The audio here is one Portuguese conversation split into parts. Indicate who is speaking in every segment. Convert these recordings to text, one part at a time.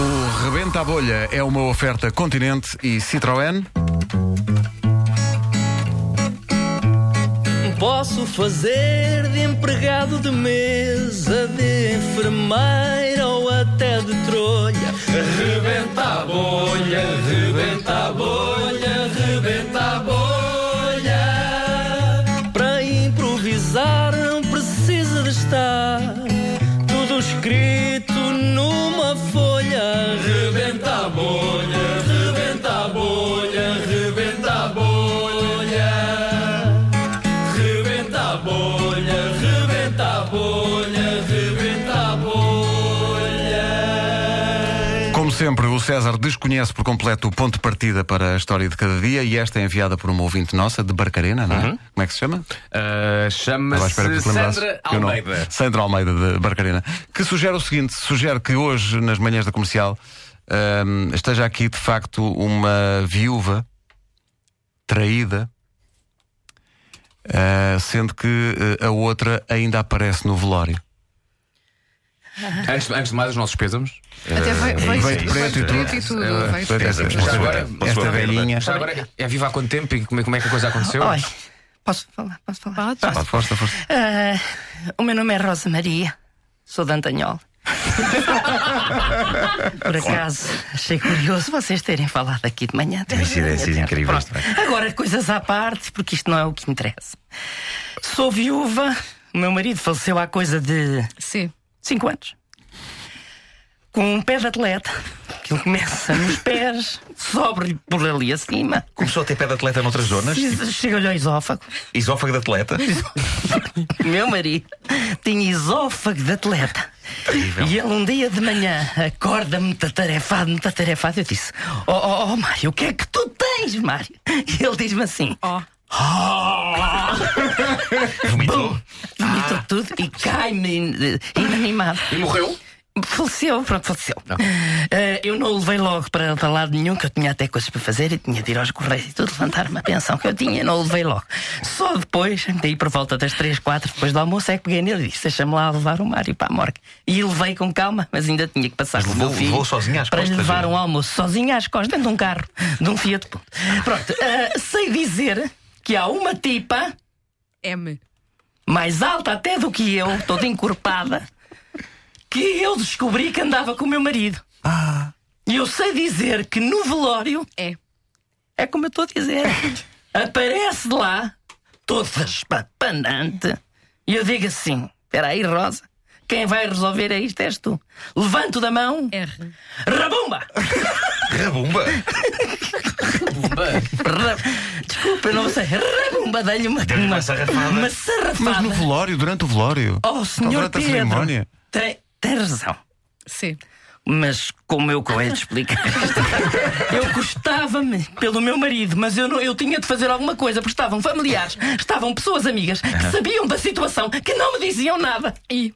Speaker 1: O Rebenta a Bolha é uma oferta Continente e Citroën.
Speaker 2: Posso fazer de empregado de mesa, de enfermeira ou até de trolha.
Speaker 3: Rebenta a bolha, rebenta a bolha, rebenta a bolha.
Speaker 2: Para improvisar não precisa de estar tudo escrito numa folha.
Speaker 3: Rebenta a bolha, rebenta a bolha, rebenta a bolha. Rebenta a bolha, rebenta a bolha, rebenta a bolha.
Speaker 1: Como sempre, o César desconhece por completo o ponto de partida para a história de cada dia e esta é enviada por uma ouvinte nossa, de Barcarena, não é?
Speaker 4: Uhum.
Speaker 1: Como é que se chama?
Speaker 4: Uh,
Speaker 1: Estava à espera que
Speaker 4: Chama-se
Speaker 1: te lembrasses.
Speaker 4: Sandra
Speaker 1: Eu não.
Speaker 4: Almeida.
Speaker 1: Sandra Almeida de Barcarena. Que sugere o seguinte: sugere que hoje, nas manhãs da comercial, hum, esteja aqui de facto uma viúva traída, ah, sendo que eh, a outra ainda aparece no velório.
Speaker 4: Antes, antes de mais, os nossos pêsames.
Speaker 5: Até veio, veio,
Speaker 1: veio de
Speaker 5: é. veio
Speaker 1: preto e tudo. É
Speaker 5: preto e tudo.
Speaker 4: Eh,
Speaker 5: veio de
Speaker 1: Portanto,
Speaker 5: preto.
Speaker 1: esta-
Speaker 4: Já agora,
Speaker 1: Esta esta velhinha.
Speaker 4: já agora é viva há quanto tempo e como é, como é que a coisa aconteceu?
Speaker 6: Olha, posso falar? Posso falar?
Speaker 1: Pá, força, força.
Speaker 6: Ah, o meu nome é Rosa Maria, sou de Antanhol. Por acaso, achei curioso vocês terem falado aqui de manhã.
Speaker 7: Mas isso é- isso é incrível,
Speaker 6: Pronto. Agora, coisas à parte, porque isto não é o que interessa. Sou viúva, o meu marido faleceu há coisa de
Speaker 5: Sim.
Speaker 6: 5 anos. Com um pé de atleta, que ele começa nos pés, sobe por ali acima,
Speaker 7: Começou a ter pé de atleta noutras zonas? Tipo,
Speaker 6: chega-lhe ao esófago.
Speaker 7: Esófago de atleta?
Speaker 6: Meu marido tinha esófago de atleta. E ele um dia de manhã acorda-me muito atarefado, muito atarefado. Eu disse: Oh, oh, oh Mário, o que é que tu tens, Mário? E ele diz-me assim:
Speaker 5: Ó.
Speaker 7: Vomitou?
Speaker 6: vomitou tudo e cai-me in- inanimado.
Speaker 4: E morreu?
Speaker 6: Faleceu, pronto, faleceu. Eh, eu não o levei logo para, para lado nenhum, que eu tinha até coisas para fazer e tinha de ir aos correios e tudo, levantar uma pensão que eu tinha, não o levei logo. Só depois, daí por volta das 3, 4, depois do almoço, é que peguei nele e disse: deixa-me lá levar o Mário para a morgue. E levei com calma, mas ainda tinha que passar pelo
Speaker 7: levou-
Speaker 6: meu filho
Speaker 7: levou sozinho às
Speaker 6: para
Speaker 7: costas,
Speaker 6: lhe levar
Speaker 7: ou-
Speaker 6: um almoço sozinho às costas, dentro de um carro, de um Fiat Punto. Pronto, eh, sei dizer que há uma tipa
Speaker 5: M.
Speaker 6: mais alta até do que eu, toda encorpada, que eu descobri que andava com o meu marido.
Speaker 7: Ah.
Speaker 6: E eu sei dizer que no velório,
Speaker 5: É.
Speaker 6: é como eu estou a dizer, aparece lá, toda espapanante, e eu digo assim: espera aí, Rosa, quem vai resolver é isto és tu. Levanto da mão,
Speaker 5: R.
Speaker 6: rabumba!
Speaker 7: Rabumba?
Speaker 6: Ra- Desculpa, eu não sei, rabumba, dei-lhe uma,
Speaker 7: Deu-lhe uma
Speaker 6: uma-
Speaker 7: sarrafada.
Speaker 6: uma sarrafada.
Speaker 1: Mas no velório, durante o velório.
Speaker 6: Oh, senhor
Speaker 1: durante a cerimónia.
Speaker 6: Pedro, tem, tem razão.
Speaker 5: C.
Speaker 6: Mas como eu com ele explica. eu gostava-me pelo meu marido, mas eu, não, eu tinha de fazer alguma coisa, porque estavam familiares, estavam pessoas amigas que sabiam da situação, que não me diziam nada.
Speaker 5: I.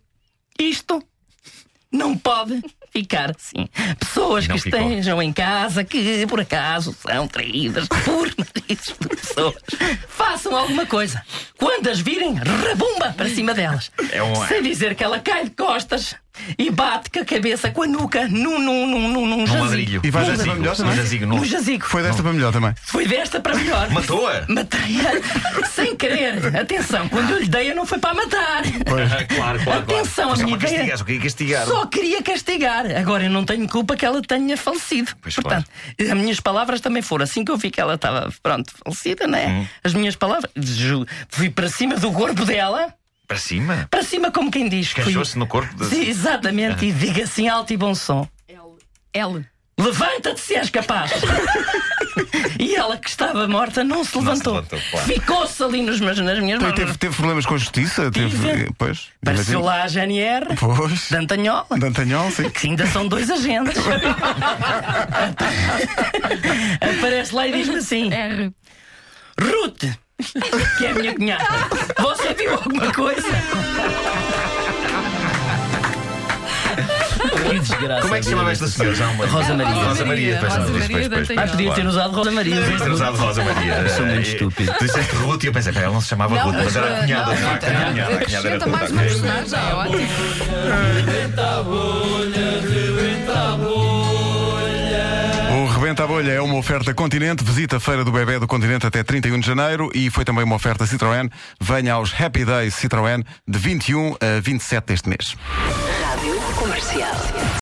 Speaker 6: Isto não pode ficar assim. Pessoas
Speaker 7: Não
Speaker 6: que
Speaker 7: ficou.
Speaker 6: estejam em casa, que por acaso são traídas por maridos de pessoas, façam alguma coisa. Quando as virem, rabumba para cima delas.
Speaker 7: É um-
Speaker 6: Sem dizer que ela cai de costas e bate com a cabeça, com a nuca, num, num, num, num, num
Speaker 7: Num
Speaker 6: jazigo.
Speaker 7: ladrilho.
Speaker 1: E vais
Speaker 7: Num
Speaker 1: dessa
Speaker 7: jazigo,
Speaker 1: para melhor
Speaker 7: num
Speaker 1: também?
Speaker 7: jazigo
Speaker 6: Num
Speaker 7: novo.
Speaker 6: jazigo.
Speaker 1: Foi desta para melhor também. Então,
Speaker 6: Foi desta para melhor. então
Speaker 7: Matou-a?
Speaker 6: Matei-a sem querer. Atenção, quando eu lhe dei, eu não foi para matar.
Speaker 7: Ah, Claro, claro, claro.
Speaker 6: Atenção,
Speaker 7: Mas
Speaker 6: a
Speaker 7: estava
Speaker 6: minha
Speaker 7: a
Speaker 6: ideia-
Speaker 7: castigar, só queria castigar.
Speaker 6: Só queria castigar. Agora eu não tenho culpa que ela tenha falecido.
Speaker 7: Pois
Speaker 6: Portanto, as minhas palavras também foram assim que eu vi que ela estava, pronto, falecida, não é?
Speaker 7: Uhum.
Speaker 6: As minhas palavras. ju- Fui para cima do corpo dela,
Speaker 7: Para cima?
Speaker 6: para cima, como quem diz. fui-
Speaker 7: Cachou-se no corpo da-
Speaker 6: Sim,
Speaker 7: Uhum.
Speaker 6: exatamente, e diga assim alto e bom som.
Speaker 5: L.
Speaker 6: Levanta-te se és capaz! e ela que estava morta não se levantou.
Speaker 7: levantou, claro.
Speaker 6: Ficou-se ali nos meus, nas minhas
Speaker 1: Então,
Speaker 6: mãos.
Speaker 1: e teve, teve problemas com a justiça? Teve. eh,
Speaker 6: Tive.
Speaker 1: Pois.
Speaker 6: Apareceu lá a GNR,
Speaker 1: Pois.
Speaker 6: Dantanhola.
Speaker 1: Dantanhol, sim.
Speaker 6: Que ainda são dois agentes. Aparece lá e diz-me assim:
Speaker 5: R.
Speaker 6: Ruth, que é a minha cunhada, você viu alguma coisa? Que desgraça.
Speaker 7: Como é que se chamava esta senhora? Já uma...
Speaker 6: Rosa Maria.
Speaker 7: Rosa Maria, pois não,
Speaker 5: Rosa
Speaker 7: pois,
Speaker 5: Maria
Speaker 7: pois, pois.
Speaker 5: da
Speaker 6: Ah, podia ter
Speaker 7: Claro.
Speaker 6: usado Rosa Maria.
Speaker 7: Devias ter usado Rosa Maria. Sou muito estúpido. Tu disseste Ruth e eu pensei, pá, ela não se chamava
Speaker 5: Não,
Speaker 7: Ruth, mas
Speaker 5: mas,
Speaker 7: era a cunhada.
Speaker 5: não,
Speaker 7: de facto, era a cunhada, a cunhada era
Speaker 5: Acrescenta
Speaker 7: Ruth,
Speaker 5: mais
Speaker 7: ok.
Speaker 5: uma personagem. É ótimo.
Speaker 3: Rebenta a bolha, rebenta a bolha.
Speaker 1: Rebenta a bolha é uma oferta continente. Visita a Feira do Bebé do Continente até 31 de janeiro e foi também uma oferta Citroën. Venha aos Happy um Days Citroën de 21 a 27 deste mês.
Speaker 8: Rádio Comercial.